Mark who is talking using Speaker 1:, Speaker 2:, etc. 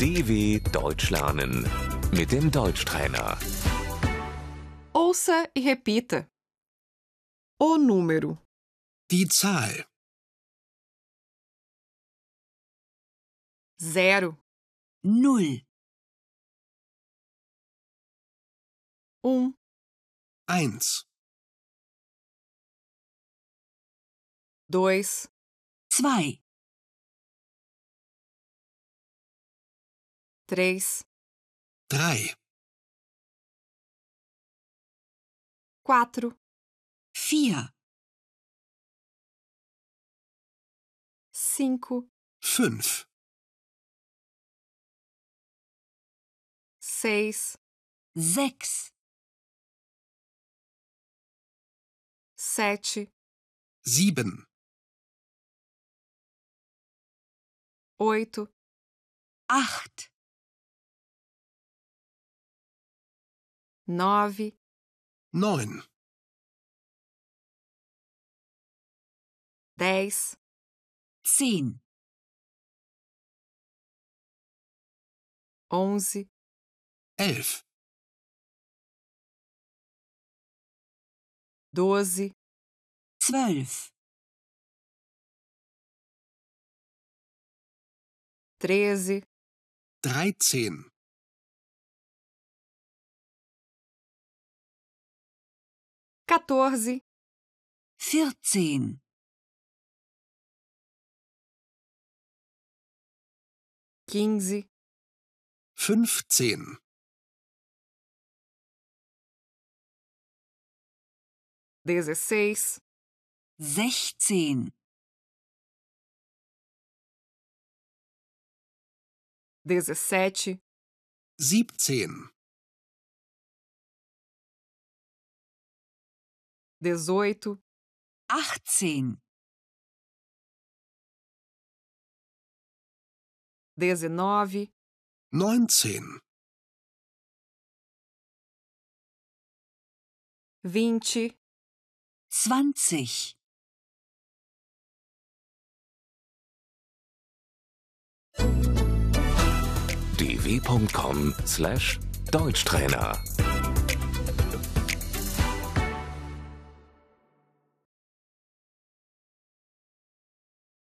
Speaker 1: DW Deutsch lernen mit dem Deutschtrainer.
Speaker 2: Ouça e repita. O número
Speaker 3: Die Zahl
Speaker 2: zero,
Speaker 4: Null,
Speaker 2: um,
Speaker 3: 1,
Speaker 2: dois,
Speaker 4: zwei,
Speaker 2: três,
Speaker 3: 3,
Speaker 2: quatro,
Speaker 4: vier,
Speaker 2: cinco,
Speaker 3: 5,
Speaker 2: seis,
Speaker 4: sechs,
Speaker 2: sete,
Speaker 3: 7,
Speaker 2: oito,
Speaker 4: acht,
Speaker 2: nove,
Speaker 3: 9,
Speaker 2: dez,
Speaker 4: zehn,
Speaker 2: onze,
Speaker 3: 11,
Speaker 2: doze,
Speaker 4: zwölf,
Speaker 2: treze,
Speaker 3: 13,
Speaker 2: quatorze,
Speaker 4: vierzehn,
Speaker 2: quinze,
Speaker 3: 15,
Speaker 2: dezesseis,
Speaker 4: sechzehn,
Speaker 2: dezessete,
Speaker 3: 17,
Speaker 2: dezoito,
Speaker 4: achtzehn,
Speaker 2: dezenove,
Speaker 3: 19,
Speaker 2: vinte,
Speaker 4: zwanzig.
Speaker 1: dw.com/deutschtrainer